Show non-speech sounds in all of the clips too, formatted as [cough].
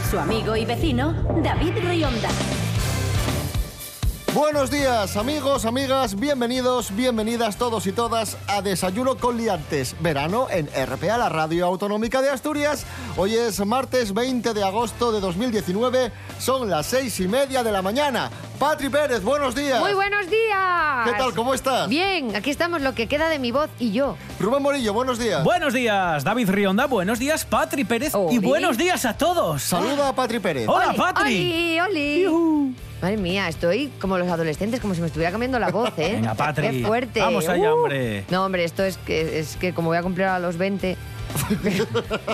Con Su amigo y vecino, David Rionda. Buenos días, amigos, amigas, bienvenidos, bienvenidas todos y todas a Desayuno con Liantes, verano en RPA, la Radio Autonómica de Asturias. Hoy es martes 20 de agosto de 2019, son las seis y media de la mañana. Patri Pérez, buenos días. Muy buenos días. ¿Qué tal, cómo estás? Bien, aquí estamos lo que queda de mi voz y yo. Rubén Morillo, buenos días. Buenos días, David Rionda. Buenos días, Patri Pérez. Oli. Y buenos días a todos. Saluda a Patri Pérez. Hola, Oli, Patri. Oli, oli. Madre mía, estoy como los adolescentes, como si me estuviera cambiando la voz, ¿eh? Venga, Patri. Qué fuerte. uh. Vamos allá, hombre. No, hombre, esto es que, es que como voy a cumplir a los 20, [laughs]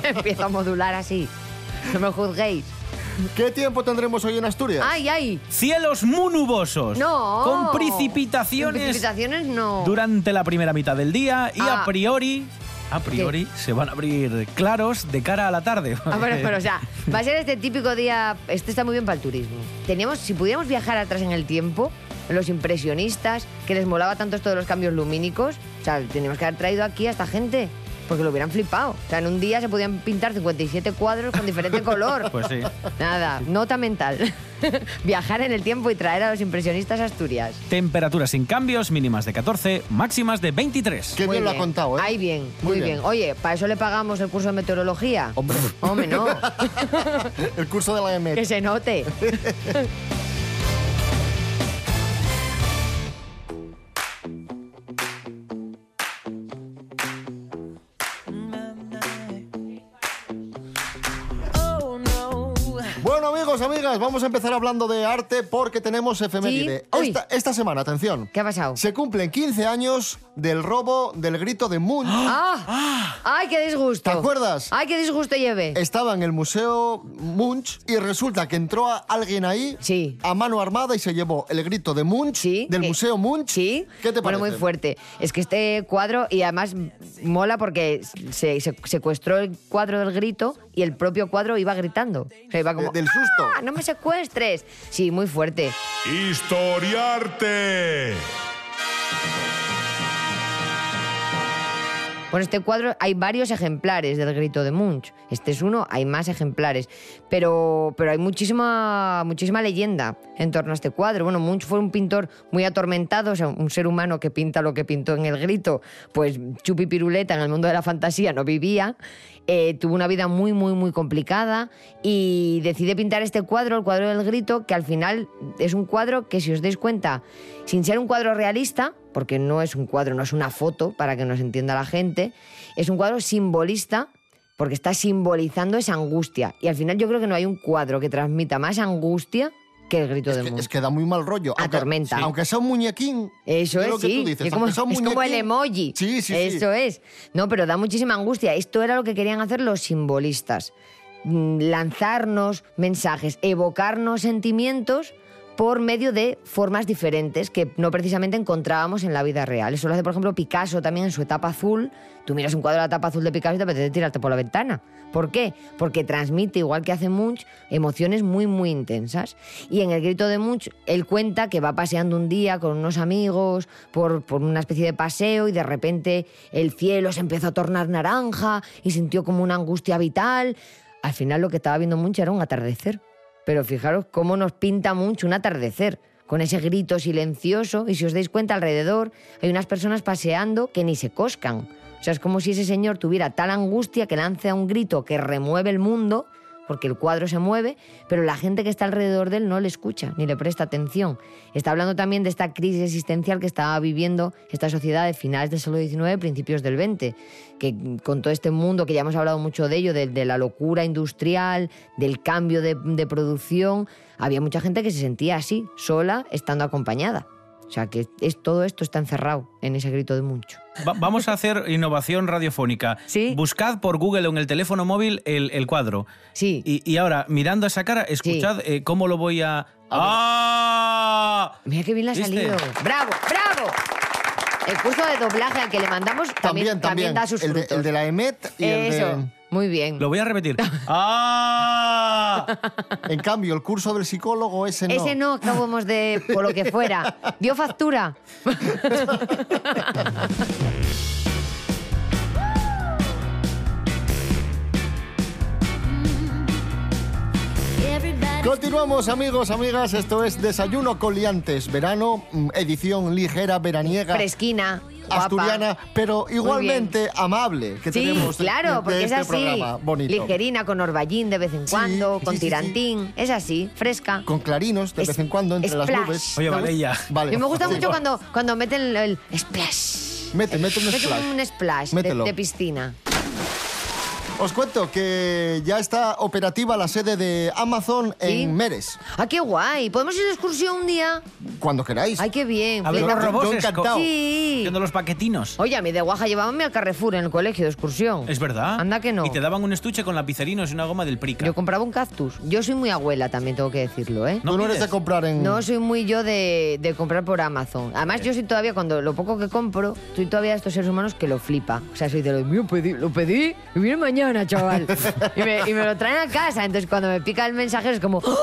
empiezo a modular así. No me juzguéis. ¿Qué tiempo tendremos hoy en Asturias? ¡Ay, ay! Cielos muy nubosos. No. Con precipitaciones Precipitaciones no. durante la primera mitad del día y Ah. a priori. A priori se van a abrir claros de cara a la tarde. Ah, [laughs] bueno, pero, o sea, va a ser este típico día. Este está muy bien para el turismo. Teníamos, si pudiéramos viajar atrás en el tiempo, los impresionistas, que les molaba tanto esto de los cambios lumínicos, o sea, teníamos que haber traído aquí a esta gente, porque lo hubieran flipado. O sea, en un día se podían pintar 57 cuadros con [laughs] diferente color. Pues sí. Nada, nota mental. [laughs] viajar en el tiempo y traer a los impresionistas a Asturias. Temperaturas sin cambios, mínimas de 14, máximas de 23. Qué Muy bien, lo ha contado, ¿eh? Ahí bien, Muy muy, bien. bien. Oye, ¿para eso le pagamos el curso de meteorología? Hombre. [laughs] Hombre, no. El curso de la EMET. que se note. Bueno, amigos, amigas, vamos a empezar hablando de arte porque tenemos efeméride. Sí. Uy. Esta, esta semana, atención. ¿Qué ha pasado? Se cumplen 15 años del robo del grito de Munch. ¡Ah! ¡Ay, qué disgusto! ¿Te acuerdas? Eh, ¡Ay, qué disgusto lleve! Estaba en el museo Munch y resulta que entró a- alguien ahí Sí. a mano armada y se llevó el grito de Munch Sí. del que- museo Munch. Sí. ¿Qué te parece? Bueno, muy fuerte. Es que este cuadro, y además mola porque se, se- secuestró el cuadro del grito y el propio cuadro iba gritando. O sea, iba como, Eh, del susto. "¡Ah, no me secuestres! Sí, muy fuerte. Historiarte. Bueno, este cuadro hay varios ejemplares del grito de Munch. Este es uno, hay más ejemplares. Pero, pero hay muchísima, muchísima leyenda en torno a este cuadro. Bueno, Munch fue un pintor muy atormentado, o sea, un ser humano que pinta lo que pintó en el grito. Pues Chupi Piruleta en el mundo de la fantasía no vivía. Eh, tuvo una vida muy, muy, muy complicada y decide pintar este cuadro, el cuadro del grito, que al final es un cuadro que, si os dais cuenta, sin ser un cuadro realista, porque no es un cuadro, no es una foto, para que nos entienda la gente, es un cuadro simbolista, porque está simbolizando esa angustia. Y al final yo creo que no hay un cuadro que transmita más angustia que el grito Es de que, mundo. es que da muy mal rollo. Aunque- Atormenta. sí. Aunque sea un muñequín. Eso es es, lo que sí. tú dices. es como, aunque sea un es como el muñequín. emoji. Sí, sí, sí. Eso es. No, pero da muchísima angustia. Esto era lo que querían hacer los simbolistas. Mm, Lanzarnos mensajes, evocarnos sentimientos por medio de formas diferentes que no precisamente encontrábamos en la vida real. Eso lo hace, por ejemplo, Picasso también en su etapa azul. Tú miras un cuadro de la etapa azul de Picasso y te apetece tirarte por la ventana. ¿Por qué? Porque transmite, igual que hace Munch, emociones muy, muy intensas. Y en el grito de Munch, él cuenta que va paseando un día con unos amigos por, por una especie de paseo y de repente el cielo se empezó a tornar naranja y sintió como una angustia vital. Al final lo que estaba viendo Munch era un atardecer. Pero fijaros cómo nos pinta mucho un atardecer, con ese grito silencioso, y si os dais cuenta alrededor, hay unas personas paseando que ni se coscan. O sea, es como si ese señor tuviera tal angustia que lanza un grito que remueve el mundo, porque el cuadro se mueve, pero la gente que está alrededor de él no le escucha ni le presta atención. Está hablando también de esta crisis existencial que estaba viviendo esta sociedad de finales del siglo XIX, principios del XX, que con todo este mundo que ya hemos hablado mucho de ello, de, de la locura industrial, del cambio de, de producción, había mucha gente que se sentía así, sola, estando acompañada. O sea que es, todo esto está encerrado en ese grito de mucho. Va- vamos a hacer innovación radiofónica. Sí. Buscad por Google o en el teléfono móvil el, el cuadro. Sí. Y, y ahora, mirando esa cara, escuchad eh, cómo lo voy a... ¡Ah! Mira qué bien le ha ¿Viste? salido. ¡Bravo, bravo! El curso de doblaje al que le mandamos también, También, también. da sus el, de, frutos. el de la E EMET y Eso, el de... muy bien. Lo voy a repetir. ¡Ah! En cambio, el curso del psicólogo, ese no. Ese no acabamos de, por lo que [laughs] fuera. ¿Dio factura? Continuamos amigos, amigas, esto es Desayuno con Liantes, verano, mm, edición ligera, veraniega, Fresquina, guapa. asturiana, pero igualmente amable que Sí, tenemos de- claro, de porque este es así. programa bonito. Ligerina, con Orballín de vez en cuando, sí, con sí, sí. tirantín. Es así, fresca. Con clarinos de Es- vez en cuando entre las splash. nubes. Oye, vale ya. Vale. Y me gusta Sí. mucho cuando, cuando meten el, el splash. Mete, mete un Meten splash. un splash de, Mételo. de piscina. Os cuento que ya está operativa la sede de Amazon Sí. en Meres, ¡Ah, qué guay! ¿Podemos ir de excursión un día? cuando queráis. ¡Ay, qué bien! A ver Venga. los robots. Yo encantado. Sí. Haciendo los paquetinos. Oye, a mí de Guaja llevábanme al Carrefour en el colegio de excursión. Es verdad. Anda que no. Y te daban un estuche con lapicerinos y una goma del prica. Yo compraba un cactus. Yo soy muy abuela también, tengo que decirlo, ¿eh? No Tú no eres pides. de comprar en... No soy muy yo de, de comprar por Amazon. Además, yo soy todavía, cuando lo poco que compro, soy todavía de estos seres humanos que lo flipa. O sea, soy de los, mío, pedí, lo pedí y viene mañana, chaval. [laughs] y, me, y me lo traen a casa. Entonces, cuando me pica el mensajero es como, ¡Oh!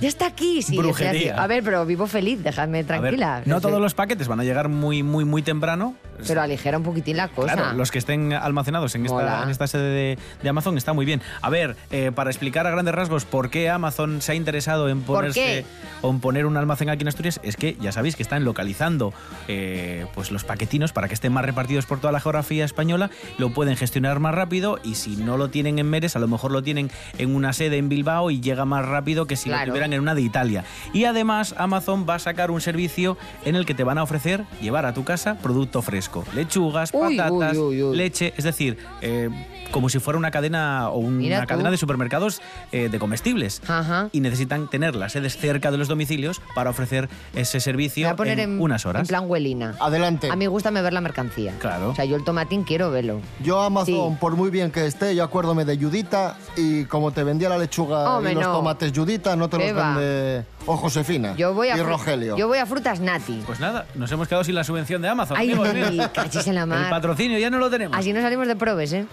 ¡Ya está aquí! Sí, estoy así. Brujería. A ver, pero vivo feliz, dejadme A ver, tranquila. no Sí. todos los paquetes van a llegar muy, muy, muy temprano. Pero aligera un poquitín la cosa. Claro, los que estén almacenados en Mola. esta, en esta sede de, de Amazon está muy bien. A ver, eh, para explicar a grandes rasgos por qué Amazon se ha interesado en ¿Por ponerse qué? o en poner un almacén aquí en Asturias, es que ya sabéis que están localizando eh, pues los paquetinos para que estén más repartidos por toda la geografía española, lo pueden gestionar más rápido y si no lo tienen en Meres, a lo mejor lo tienen en una sede en Bilbao y llega más rápido que si Claro. lo tuvieran en una de Italia. Y además Amazon va a sacar un servicio en el que te van a ofrecer llevar a tu casa producto fresco, lechugas, Uy, patatas, uy, uy, uy. leche, es decir, eh, como si fuera una cadena o un- Mira una tú. Ah. cadena de supermercados eh, de comestibles. Ajá. Y necesitan tener las sedes cerca de los domicilios para ofrecer ese Me servicio voy a poner en, unas horas. En plan huelina. Adelante. A mí gusta me ver la mercancía. Claro. O sea, yo el tomatín quiero verlo. Yo Amazon, Sí. por muy bien que esté, yo acuérdome de Judita y como te vendía la lechuga Hombre, y los no. tomates Judita, no te los ¿Qué va? vende o Josefina Yo voy a y fru- Rogelio. Yo voy a frutas nati. Pues nada, nos hemos quedado sin la subvención de Amazon. Ay, amigos míos. mi cachis en la El mar. patrocinio ya no lo tenemos. Así no salimos de probes, ¿eh?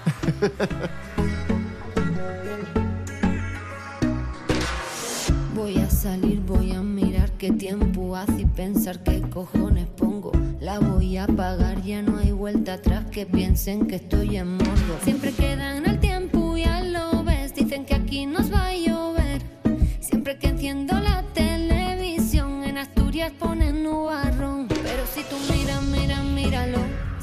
Voy a salir, voy a mirar qué tiempo hace y pensar qué cojones pongo. La voy a pagar, ya no hay vuelta atrás que piensen que estoy en modo. Siempre quedan al tiempo, ya lo ves, dicen que aquí nos va a llover. Siempre que enciendo la televisión, en Asturias ponen nubarrón. Pero si tú miras, mira, míralo,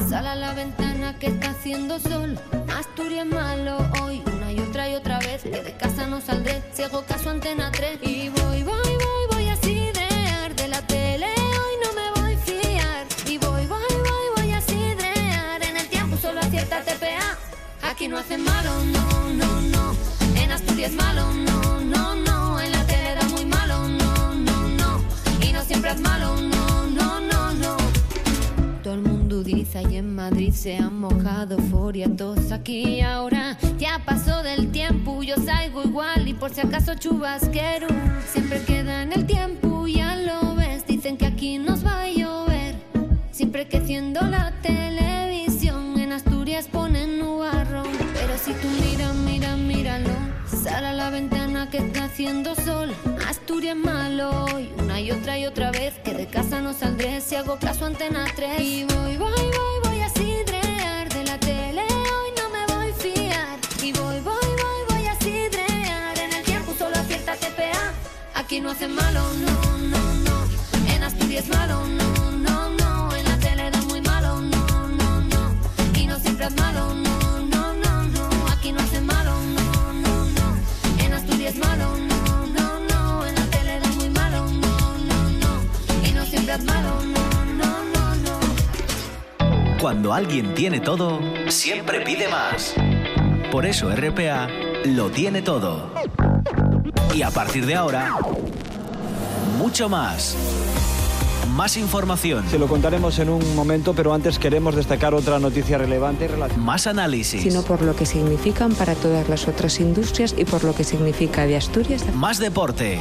sal a la ventana que está haciendo sol. Asturias malo hoy, una y otra y otra vez, que de casa no saldré, si hago caso a antena 3. Y voy, voy, voy, voy así de arde la tele, hoy no me voy a fiar. Y voy, voy, voy, voy así de ar, en el tiempo solo acierta TPA. Aquí no hacen malo, no, no, no. En Asturias malo, no, no, no. En la tele da muy malo, no, no, no. Y no siempre es malo, no, no, no, no. Todo el mundo dice y en Madrid se han mojado euforia todos aquí y ahora ya pasó del tiempo yo salgo igual y por si acaso chubasquero siempre queda en el tiempo ya lo ves dicen que aquí nos va a llover siempre que enciendo la televisión en Asturias ponen nubarrón pero si tú miras mira míralo sal a la ventana que está haciendo sol Asturias malo hoy una y otra y otra vez que de casa no saldré si hago caso a Antena 3 y voy, voy, voy, voy a sidrear de la tele hoy no me voy a fiar y voy, voy, voy, voy a sidrear en el tiempo solo acierta TPA aquí no hacen malo, no, no, no en Asturias malo, no, no, no en la tele da muy malo, no, no, no y no siempre es malo, no, no, no, no aquí no hacen malo, no, no, no en Asturias malo, no, no, no en la tele da muy malo, no, no, no y no siempre es malo, no, no, no, no Cuando alguien tiene todo, siempre pide más. Por eso RPA lo tiene todo. Y a partir de ahora, mucho más. Más información, Se lo contaremos en un momento, pero antes queremos destacar otra noticia relevante relacionada. más análisis, sino por lo que significan para todas las otras industrias y por lo que significa de Asturias. más deporte,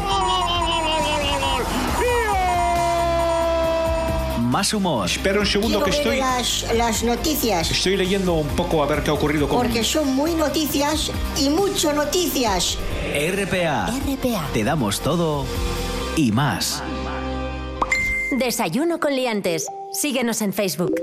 más humor, Espera un segundo Quiero que ver estoy, las, las noticias, estoy leyendo un poco a ver qué ha ocurrido con... porque son muy noticias y mucho noticias. RPA. RPA. Te damos todo y más. Desayuno con liantes. Síguenos en Facebook.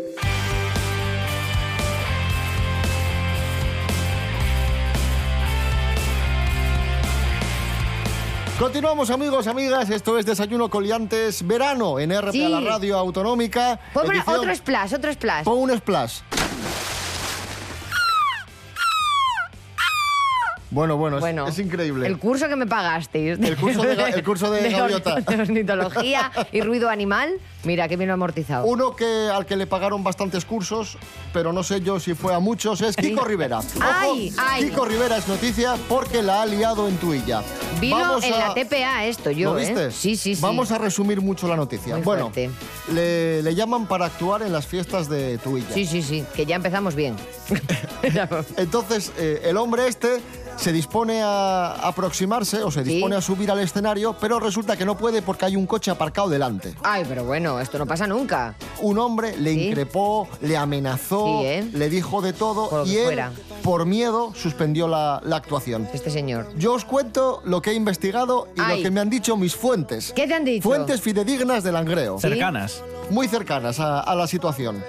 Continuamos amigos, amigas, esto es Desayuno Coliantes Verano en RPA, Sí. la radio autonómica. Pon una- edición- Pues, otro splash, otro splash. Pon un [laughs] splash. Bueno, bueno, es- Bueno, es, increíble. El curso que me pagasteis. El curso de ga- el curso de gaviota. orni- [laughs] de ornitología y ruido animal. Mira, que bien lo he amortizado. Uno que, al que le pagaron bastantes cursos, pero no sé yo si fue a muchos, es Kiko Rivera. Ojo, Ay, ay. Kiko Rivera es noticia porque la ha liado en Tuilla. Vino Vamos en a- la TPA esto, yo, ¿Lo ¿eh? viste? Sí, sí, sí. Vamos a resumir mucho la noticia. Muy bueno, fuerte. le, le llaman para actuar en las fiestas de Tuilla. Sí, sí, sí, que ya empezamos bien. Entonces, eh, el hombre este se dispone a aproximarse o se Sí. dispone a subir al escenario, pero resulta que no puede porque hay un coche aparcado delante. Ay, pero bueno, esto no pasa nunca. Un hombre le Sí. increpó, le amenazó, Sí, ¿eh? le dijo de todo Por lo y que él, fuera. por miedo, suspendió la, la actuación. Este señor. Yo os cuento lo que he investigado y Ay. lo que me han dicho mis fuentes. ¿Qué te han dicho? Fuentes fidedignas del Langreo. Cercanas. muy cercanas a, a la situación.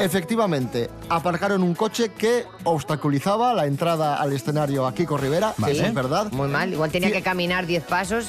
Efectivamente, aparcaron un coche que obstaculizaba la entrada al escenario a Kiko Rivera, Vale. eso es verdad. Muy mal. Igual tenía Ci- que caminar 10 pasos.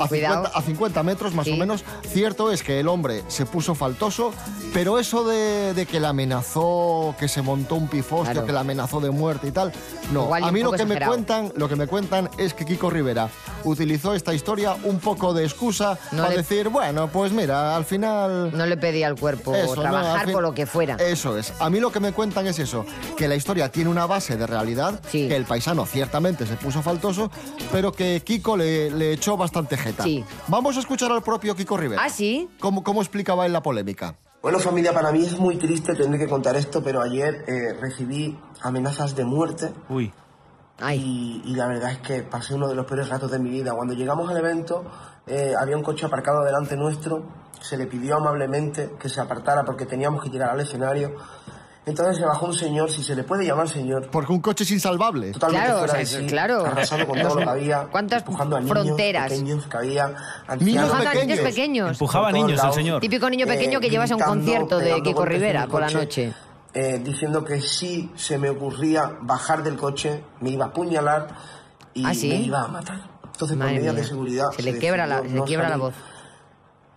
A Cuidado. 50, a 50 metros más Sí. o menos. Cierto es que el hombre se puso faltoso, pero eso de, de que le amenazó, que se montó un pifostio, Claro. que le amenazó de muerte y tal, no. Igual y a un mí lo poco que, me exagerado. cuentan, lo que me cuentan es que Kiko Rivera utilizó esta historia un poco de excusa No para le- decir, bueno, pues mira, al final... No le pedía al cuerpo Eso, no, trabajar al fin- por lo que fuera. Eh, Eso es. A mí lo que me cuentan es eso, que la historia tiene una base de realidad, Sí. que el paisano ciertamente se puso faltoso, pero que Kiko le, le echó bastante jeta. Sí. Vamos a escuchar al propio Kiko Rivera. ¿Ah, sí? ¿Cómo, cómo explicaba él la polémica? Bueno, familia, para mí es muy triste tener que contar esto, pero ayer eh, recibí amenazas de muerte Uy. Ay, y, y la verdad es que pasé uno de los peores ratos de mi vida. Cuando llegamos al evento, eh, había un coche aparcado delante nuestro, se le pidió amablemente que se apartara porque teníamos que llegar al escenario. Entonces se bajó un señor, si se le puede llamar señor, Porque un coche es insalvable. totalmente Claro, fuera o sea, de es- sí, claro. arrasando con todo lo que había, ¿Cuántas empujando a fronteras? niños pequeños que había, Niños ancianos Empujando a niños pequeños. pequeños. Empujaba Por todos niños el lados. señor. Típico niño pequeño que llevas a un Eh, gritando, concierto de pegando Kiko golpes en el Rivera por la coche, noche. eh, diciendo que si se me ocurría bajar del coche, me iba a apuñalar y ¿Ah, sí? me iba a matar. Entonces, por Madre medidas de mía. seguridad. Se le decidió quiebra la, se le no quiebra la salir. voz.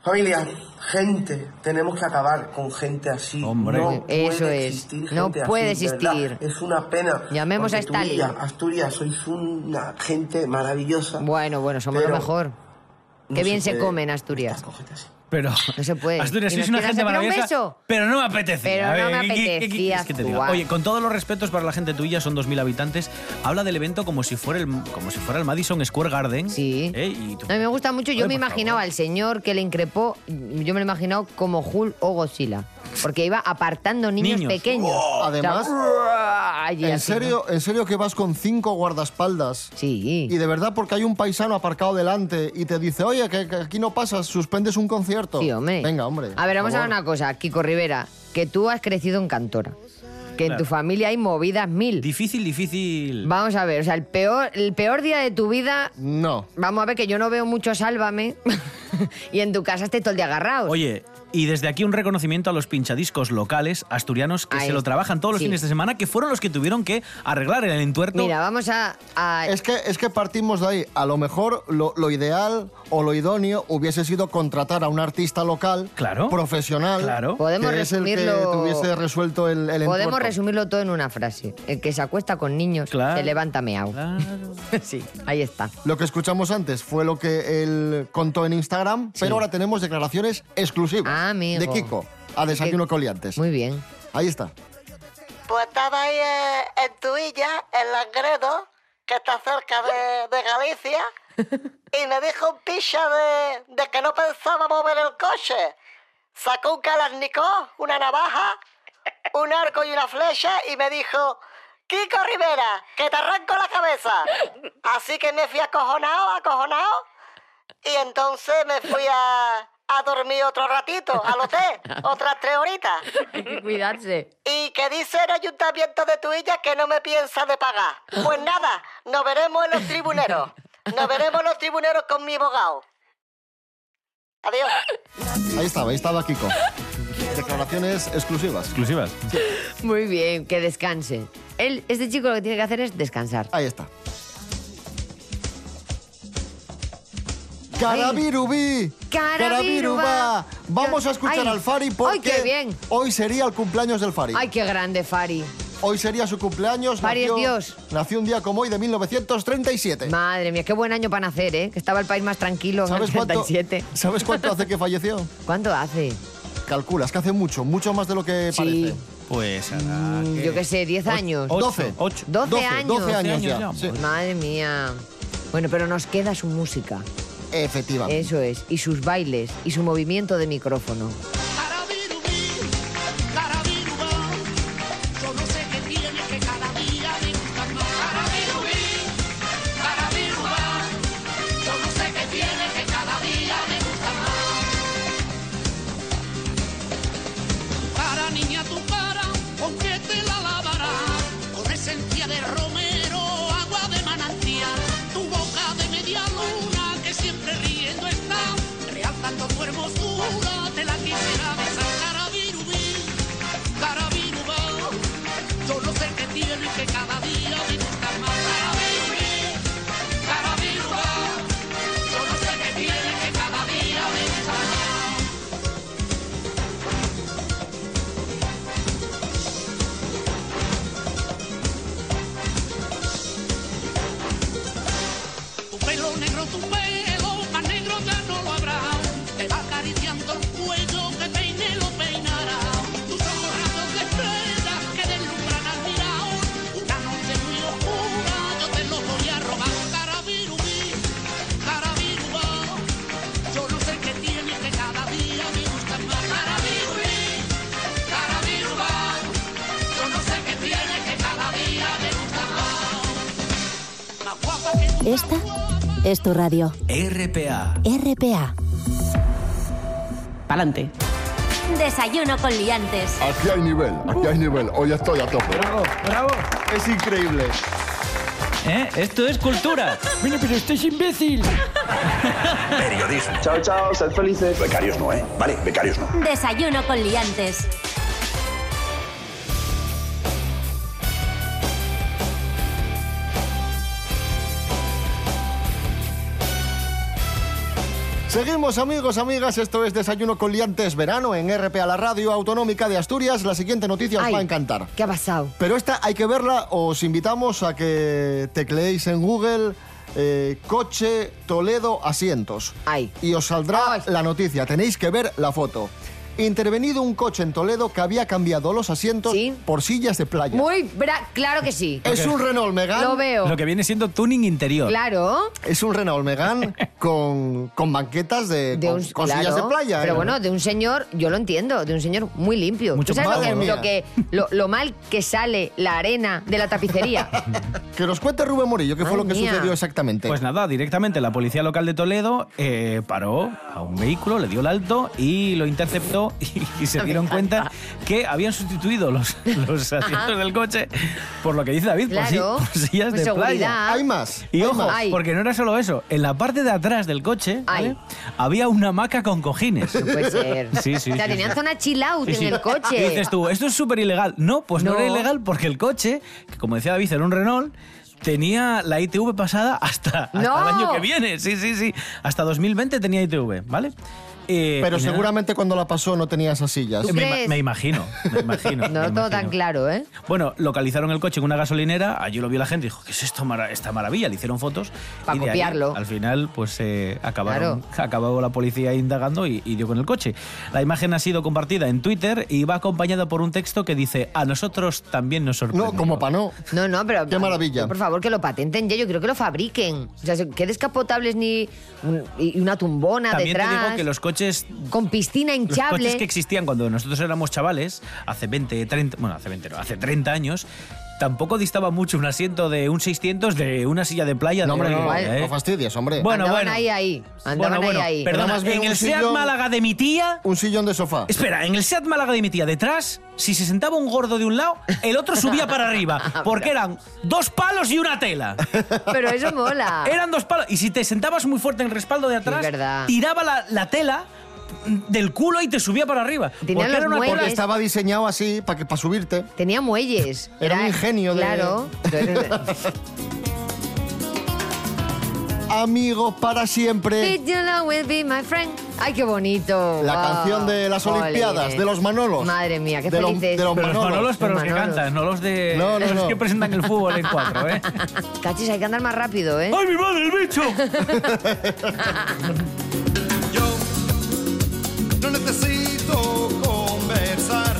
Familia, gente, tenemos que acabar con gente así. Hombre. no puede Eso es. existir No gente así, puede de verdad. existir. Es una pena. Llamemos a porque Stalin. Tuilla, Asturias, sois una gente maravillosa. Bueno, bueno, somos lo Pero mejor. no Qué se bien se puede come en Asturias. con gente así. Pero. No se puede. Asturias, ¿Y sois una nos quieres gente hacer un maravillosa. beso? Pero no me apetecía. Pero A no ver, me ¿qué- qué- qué- apetecía es que te digo? actuar. Oye, con todos los respetos para la gente tuya, son 2.000 habitantes. Habla del evento como si fuera el, como si fuera el Madison Square Garden. Sí. ¿eh? Y tú- A mí me gusta mucho. Yo Joder, me por imaginaba favor. al señor que le increpó, yo me lo he imaginado como Hulk o Godzilla. Porque iba apartando niños, Niños. Oh. pequeños. Además, Allí ¿En así, serio, ¿En serio que vas con cinco guardaespaldas? ¿no? Sí. Y de verdad porque hay un paisano aparcado delante y te dice, oye, que, que aquí no pasas, suspendes un concierto. Sí, hombre. Venga, hombre. A ver, vamos a por favor. ver una cosa, Kiko Rivera, que tú has crecido en Cantora, que en Claro. tu familia hay movidas [laughs] mil. Difícil, difícil. Vamos a ver, o sea, el peor, el peor día de tu vida, No. vamos a ver que yo no veo mucho Sálvame [laughs] y en tu casa esté todo el día agarrado. Oye, y desde aquí un reconocimiento a los pinchadiscos locales asturianos que Ahí se lo está. trabajan todos los Sí. fines de semana, que fueron los que tuvieron que arreglar el entuerto. Mira, vamos a... a- Es que, es que partimos de ahí. A lo mejor lo, lo ideal o lo idóneo hubiese sido contratar a un artista local, Claro. profesional, Claro. que Podemos es el que resumirlo- te hubiese resuelto el, el podemos entuerto. resumirlo todo en una frase. El que se acuesta con niños Claro. se levanta meao. Claro. sí, ahí está. Lo que escuchamos antes fue lo que él contó en Instagram, pero ahora tenemos declaraciones exclusivas Ah, amigo. de Kiko a Desayuno Coliantes. Muy bien. Ahí está. Pues estaba ahí eh, en Tuilla, en Langredo, que está cerca de, de Galicia, y me dijo un picha de, de que no pensaba mover el coche. sacó un Kalashnikov, una navaja, un arco y una flecha y me dijo, Kiko Rivera, que te arranco la cabeza. Así que me fui acojonado, acojonado. Y entonces me fui a, a dormir otro ratito, al hotel, otras tres horitas. Hay que cuidarse. Y que dice el ayuntamiento de Tuilla que no me piensa de pagar. Pues nada, nos veremos en los tribuneros. Nos veremos en los tribuneros con mi abogado. Adiós. Ahí estaba, ahí estaba [laughs] Kiko. Declaraciones exclusivas. Exclusivas. Muy bien, que descanse. Él, este chico lo que tiene que hacer es descansar. Ahí está. Carabirubí. Carabiruba. Carabiruba. Vamos a escuchar Ay. al Fari Ay, porque qué bien. hoy sería el cumpleaños del Fari. Ay, qué grande, Fari. Hoy sería su cumpleaños. Fari es nació, Dios. Nació un día como hoy de 1937. Madre mía, qué buen año para nacer, ¿eh? Que estaba el país más tranquilo en el ¿Sabes cuánto, 37. ¿Sabes cuánto hace que falleció? ¿Cuánto hace? Calculas que hace mucho, mucho más de lo que parece. Pues hará que- Yo qué sé, 10 años. Ocho, 12. ocho. 12, 12 años. 12 años ya, sí. Madre mía. Bueno, pero nos queda su música. Efectivamente. Eso es. Y sus bailes. Y su movimiento de micrófono. Yo no sé qué tiene que cada día me gustan más. Carabirubí, carabirubá. Yo no sé qué tiene que cada día me gustan más. Para niña tu cara, ¿con qué te la lavarás? Con esencia de romero, agua de manantial. Tu boca de media luna que siempre riendo está. Realzando tu hermosura, te la quisiera besar. Carabirubí, carabirubá. Yo no sé qué tiene que cada día me gusta más. Carabirubí, carabirubá. Yo no sé qué tiene que cada día me gusta más. Tu pelo negro, tu pelo más negro ya no lo habrá. Te va acariciando el cuello que peine lo peinará. Tus ojos rayos de estrellas que deslumbran al mirar. Una noche muy oscura yo te lo voy a robar. Carabirubí, carabirubá. Yo no sé qué tiene que cada día me gusta más. Carabirubí, carabirubá. Yo no sé qué tiene que cada día me gusta más. Más guapa que tú. Esta es tu radio. RPA. RPA. Pa'lante. Desayuno con liantes. Aquí hay nivel, aquí hay nivel. Hoy estoy a tope. Bravo, bravo. Es increíble. ¿Eh? Esto es cultura. Bueno, pero usted es imbécil. Periodismo. Chao, chao, sed felices. Becarios no, ¿eh? Vale, becarios no. Desayuno con liantes. Seguimos amigos, amigas, esto es Desayuno con Liantes Verano en RPA, la radio autonómica de Asturias. La siguiente noticia os va a encantar. ¿Qué ha pasado? Pero esta hay que verla, os invitamos a que tecleéis en Google eh, coche Toledo asientos. Y os saldrá la noticia, tenéis que ver la foto. Intervenido un coche en Toledo que había cambiado los asientos por sillas de playa. Muy bra- Claro que sí. Es un Renault Megane. Lo veo. Lo que viene siendo tuning interior. Claro. Es un Renault [laughs] Megane con, con banquetas de, De con, un, con sillas claro, de playa. Pero ¿eh? bueno, de un señor, yo lo entiendo, de un señor muy limpio. Mucho ¿Tú sabes lo, madre que, mía. lo, que- lo- lo mal que sale la arena de [laughs] la tapicería? Que nos cuente Rubén Morillo qué fue Madre lo que mía. sucedió exactamente. Pues nada, directamente la policía local de Toledo eh, paró a un vehículo, le dio el alto y lo interceptó [laughs] y, y se dieron cuenta que habían sustituido los, los asientos del coche por lo que dice David, por si- Claro. por, sillas Pues de seguridad. playa. Hay más. Y hay ojo, más. Hay. porque no era solo eso. En la parte de atrás del coche ¿vale? había una hamaca con cojines. [laughs] No puede ser. Sí, sí. o sea, sí, tenían sí. zona chill out Sí, sí. en el Y coche. dices tú, esto es súper ilegal. No, pues no. No. era ilegal porque el coche, que como decía David, era un Renault, tenía la ITV pasada hasta, hasta No. el año que viene. Sí, sí, sí. Hasta 2020 tenía ITV, ¿vale? Eh, Pero y nada. seguramente cuando la pasó no tenía esas sillas. Me, ima- me imagino, me imagino. no lo tengo tan claro, ¿eh? Bueno, localizaron el coche en una gasolinera, allí lo vio la gente y dijo, ¿qué es esto, mara- esta maravilla? Le hicieron fotos. Pa' y de ahí, copiarlo. al final, pues eh, acabaron, acabó la policía indagando y, y dio con el coche. La imagen ha sido compartida en Twitter y va acompañada por un texto que dice, a nosotros también nos sorprende. No, como para no. No, no, pero. Qué maravilla. Por favor, que lo patenten ya. Yo creo que lo fabriquen. O sea, que descapotables ni. un- y una tumbona También detrás. te digo que los coches coches con piscina Los hinchable. coches que existían cuando nosotros éramos chavales, hace 20, 30, bueno, hace 20 no, hace 30 años, tampoco distaba mucho un asiento de un 600 de una silla de playa. No, de hombre, no, algo, no, ¿eh? no fastidies, hombre. Bueno, andaban bueno. ahí, ahí. Andaban Bueno, ahí, bueno, ahí. perdona, en el Seat Málaga de mi tía... Un sillón de sofá. Espera, en el Seat Málaga de mi tía detrás, si se sentaba un gordo de un lado, el otro subía para [laughs] arriba, porque eran dos palos y una tela. Pero eso [laughs] mola. Eran dos palos. Y si te sentabas muy fuerte en el respaldo de atrás, es verdad. tiraba la, la tela del culo y te subía para arriba. Porque era una Porque tela- estaba diseñado así para que para subirte. Tenía muelles. [laughs] Era un ingenio [laughs] de- Claro. [laughs] Amigos para siempre. Did you know will be my friend? Ay, qué bonito. La Wow. canción de las Ole. Olimpiadas, de los Manolos. Madre mía, qué De los- felices. de los Pero los Manolos. manolos, pero los, que Manolos. cantan, no los de No, no, [laughs] los no. que presentan el fútbol en cuatro, [laughs] ¿eh? Cachis, hay que andar más rápido, ¿eh? ¡Ay, mi madre, el bicho! No necesito conversar,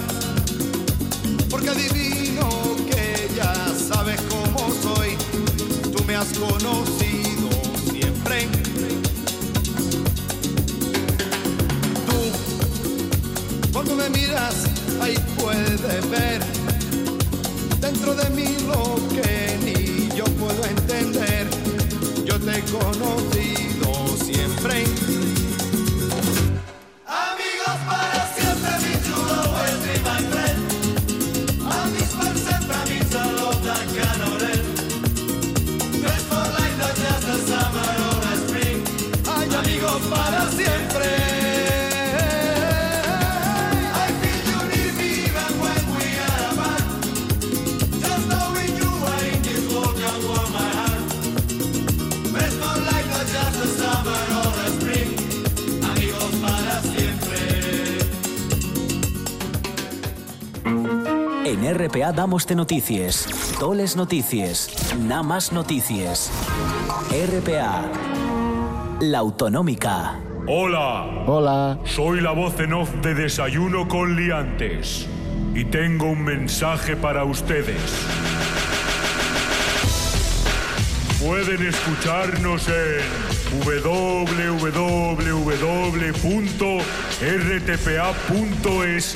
porque adivino que ya sabes cómo soy. Tú me has conocido siempre. Tú, cuando me miras, ahí puedes ver dentro de mí lo que ni yo puedo entender. Yo te he conocido siempre. Amigos para siempre, mi chulo will be my friend. Amigos para siempre, mi salota canorel. Dress for life, not just a summer or a spring. Ay, amigos para siempre. I feel you need me even when we are apart. Just knowing you are in this world can warm my heart. Dress for life, not just a summer or a spring. Amigos para siempre. En RPA damos de noticias, toles noticias, nada más noticias. RPA, la autonómica. Hola, Hola. soy la voz en off de Desayuno con Liantes y tengo un mensaje para ustedes. Pueden escucharnos en www.rtpa.es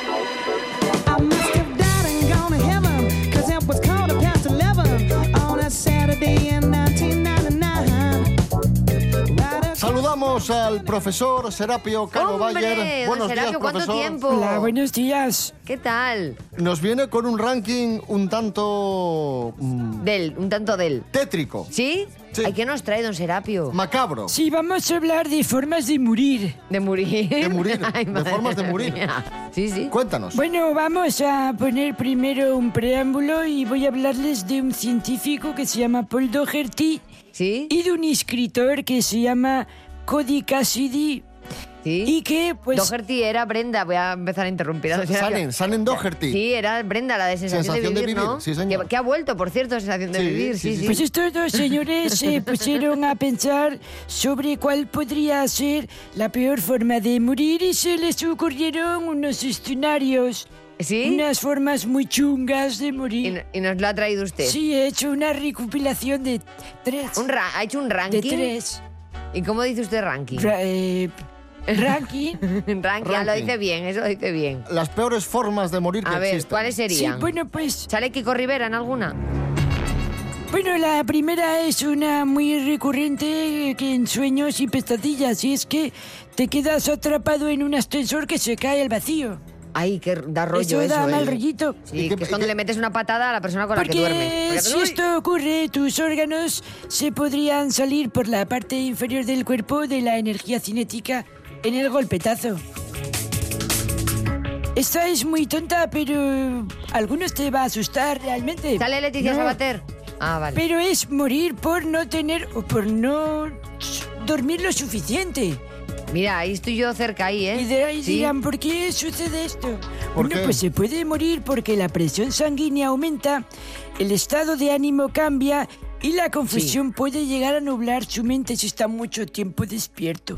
I must have died and gone to heaven, 'cause it was quarter past 11 on a Saturday in 1999. Saludamos al profesor Serapio Cano Hombre, Bayer. don Buenos Serapio, días, ¿cuánto profesor. tiempo? Hola, buenos días. ¿Qué tal? Nos viene con un ranking un tanto mm, Del, un tanto del. tétrico. ¿Sí? ¿A qué nos trae don Serapio? Macabro. Sí, vamos a hablar de formas de morir. De morir. De [laughs] morir, de madre formas de morir. mía. Sí, sí. Cuéntanos. Bueno, vamos a poner primero un preámbulo y voy a hablarles de un científico que se llama Paul Doherty y de un escritor que se llama Cody Cassidy. Y que, pues. Doherty era Brenda, voy a empezar a interrumpir. a don Sa- Serapio. Sanen, Sanen Doherty. Sí, era Brenda, la de sensación, Sensación de de vivir, ¿no? vivir, sí, señor. Que, que ha vuelto, por cierto, sensación de Sí, vivir, sí, sí. Pues estos dos señores se pusieron a pensar sobre cuál podría ser la peor forma de morir y se les ocurrieron unos escenarios. ¿Sí? Unas formas muy chungas de morir. ¿Y, nos lo ha traído usted? Sí, he hecho una recopilación de tres. Un ra- ¿Ha hecho un ranking? De tres. ¿Y cómo dice usted ranking? Ra- eh, ranking. [laughs] ranking, ah, lo dice bien, eso lo dice bien. Las peores formas de morir que A ver, existen. ¿cuáles serían? Sí, bueno, pues... ¿Sale Kiko Rivera en alguna? Bueno, la primera es una muy recurrente eh, que en sueños y pesadillas, y es que te quedas atrapado en un ascensor que se cae al vacío. Ay, que da rollo Eso da ¿eh? mal rollito. Sí, que es cuando le metes una patada a la persona con la que duerme. Porque Porque- si esto ocurre, tus órganos se podrían salir por la parte inferior del cuerpo de la energía cinética en el golpetazo. Esta es muy tonta, pero a algunos te va a asustar realmente. Sale Leticia Sabater. Ah, vale. Pero es morir por no tener o por no dormir lo suficiente. Mira, ahí estoy yo cerca ahí, ¿eh? Y de ahí Sí. dirán, ¿por qué sucede esto? ¿Por bueno, qué? pues se puede morir porque la presión sanguínea aumenta, el estado de ánimo cambia y la confusión puede llegar a nublar su mente si está mucho tiempo despierto.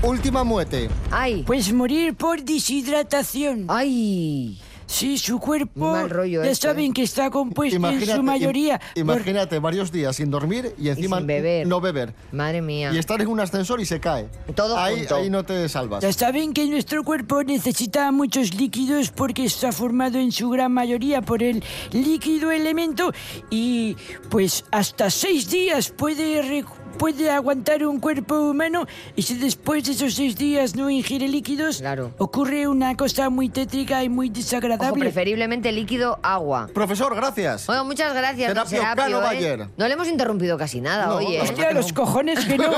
Última muerte. Ay. Pues morir por deshidratación. Ay. Sí, su cuerpo. Mal rollo ya esto, saben ¿eh? que está compuesto en su im- mayoría. por- Imagínate, varios días sin dormir y encima no beber. Madre mía. Y estar en un ascensor y se cae. ahí, junto. ahí no te salvas. Ya saben que nuestro cuerpo necesita muchos líquidos porque está formado en su gran mayoría por el líquido elemento y pues hasta seis días puede, re- puede aguantar un cuerpo humano y si después de esos seis días no ingiere líquidos ocurre una cosa muy tétrica y muy Ojo, desagradable. preferiblemente líquido agua. Profesor, gracias. Bueno, muchas gracias, don Terapia Serapio, Ocano ¿eh? Bayer. No le hemos interrumpido casi nada, No, oye. ¿eh? la verdad Hostia, que los no. cojones que no.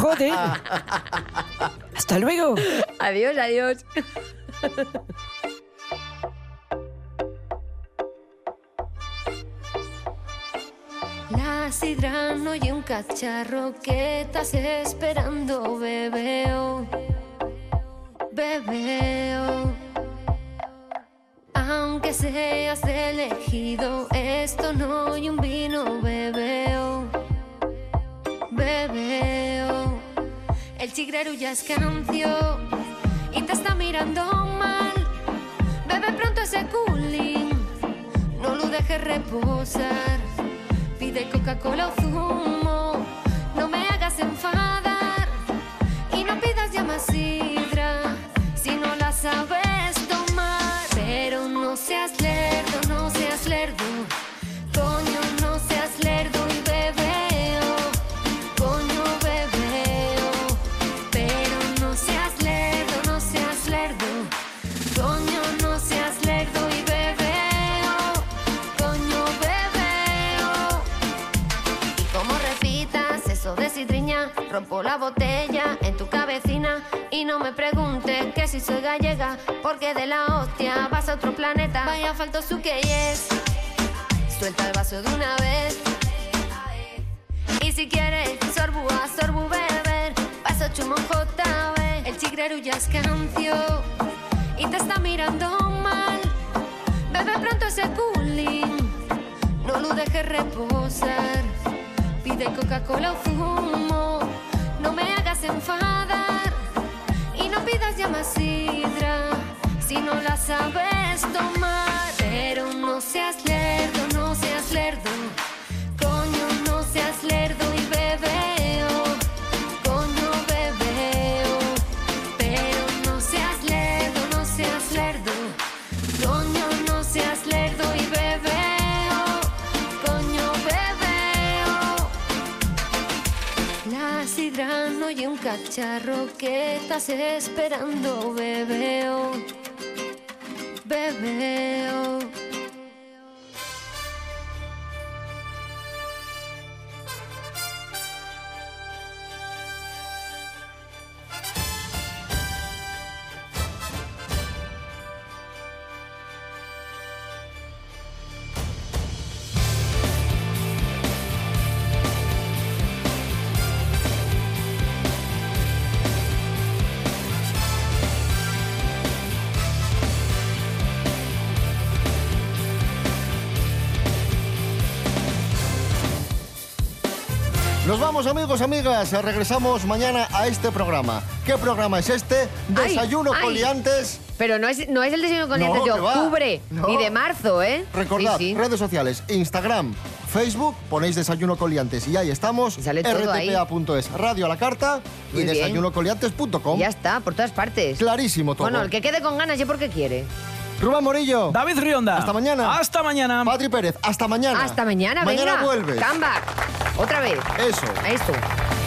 Joder. Hasta luego. Adiós, adiós. La sidrano y un cacharro que estás esperando, bebeo, bebeo. Aunque seas elegido, esto no y un vino, bebeo, bebeo. El chigrero ya es cancio y te está mirando mal. Bebe pronto ese cooling, no lo dejes reposar. Pide Coca-Cola o zumo, no me hagas enfadar y no pidas ya más sidra si no la sabes tomar. Pero no seas lerdo, no seas lerdo, coño, no seas lerdo y bebeo, coño, bebeo. Pero no seas lerdo, no seas lerdo, coño, no seas lerdo y bebeo, coño, bebeo. Y como repitas eso de sidriña, rompo la botella en tu cabecina. Y no me preguntes que si soy gallega, porque de la hostia vas a otro planeta. Vaya falto su que es. Suelta el vaso de una vez. Y si quieres, sorbu a sorbu beber. Paso chumo JB. El chigrero ya es cancio y te está mirando mal. Bebe pronto ese cooling, no lo dejes reposar. Pide Coca-Cola o fumo, no me hagas enfadar y no pidas ya más sidra si no la sabes tomar. Pero no seas lerdo, no seas lerdo, coño, no seas lerdo y bebeo, coño, bebeo. Pero no seas lerdo, no seas lerdo, coño, no seas lerdo y bebeo, coño, bebeo. La sidrano y un cacharro que estás esperando, bebeo, bebeo. Nos vamos amigos, amigas. Regresamos mañana a este programa. ¿Qué programa es este? Desayuno ay. con liantes. Pero no es, no es el desayuno con No, dientes de que va. octubre No. ni de marzo, ¿eh? Recordad, Sí, sí. redes sociales, Instagram, Facebook, ponéis Desayuno con liantes y ahí estamos. todo ahí. rtpa.es, radio a la carta Muy y bien. desayunocoliantes.com. Ya está, por todas partes. Clarísimo todo. Bueno, el que quede con ganas, yo porque quiere. Rubén Morillo. [laughs] David Rionda. Hasta mañana. Hasta mañana. Patri Pérez, hasta mañana. Hasta mañana, Mañana venga. vuelves. Comeback. Otra vez. Eso. Eso.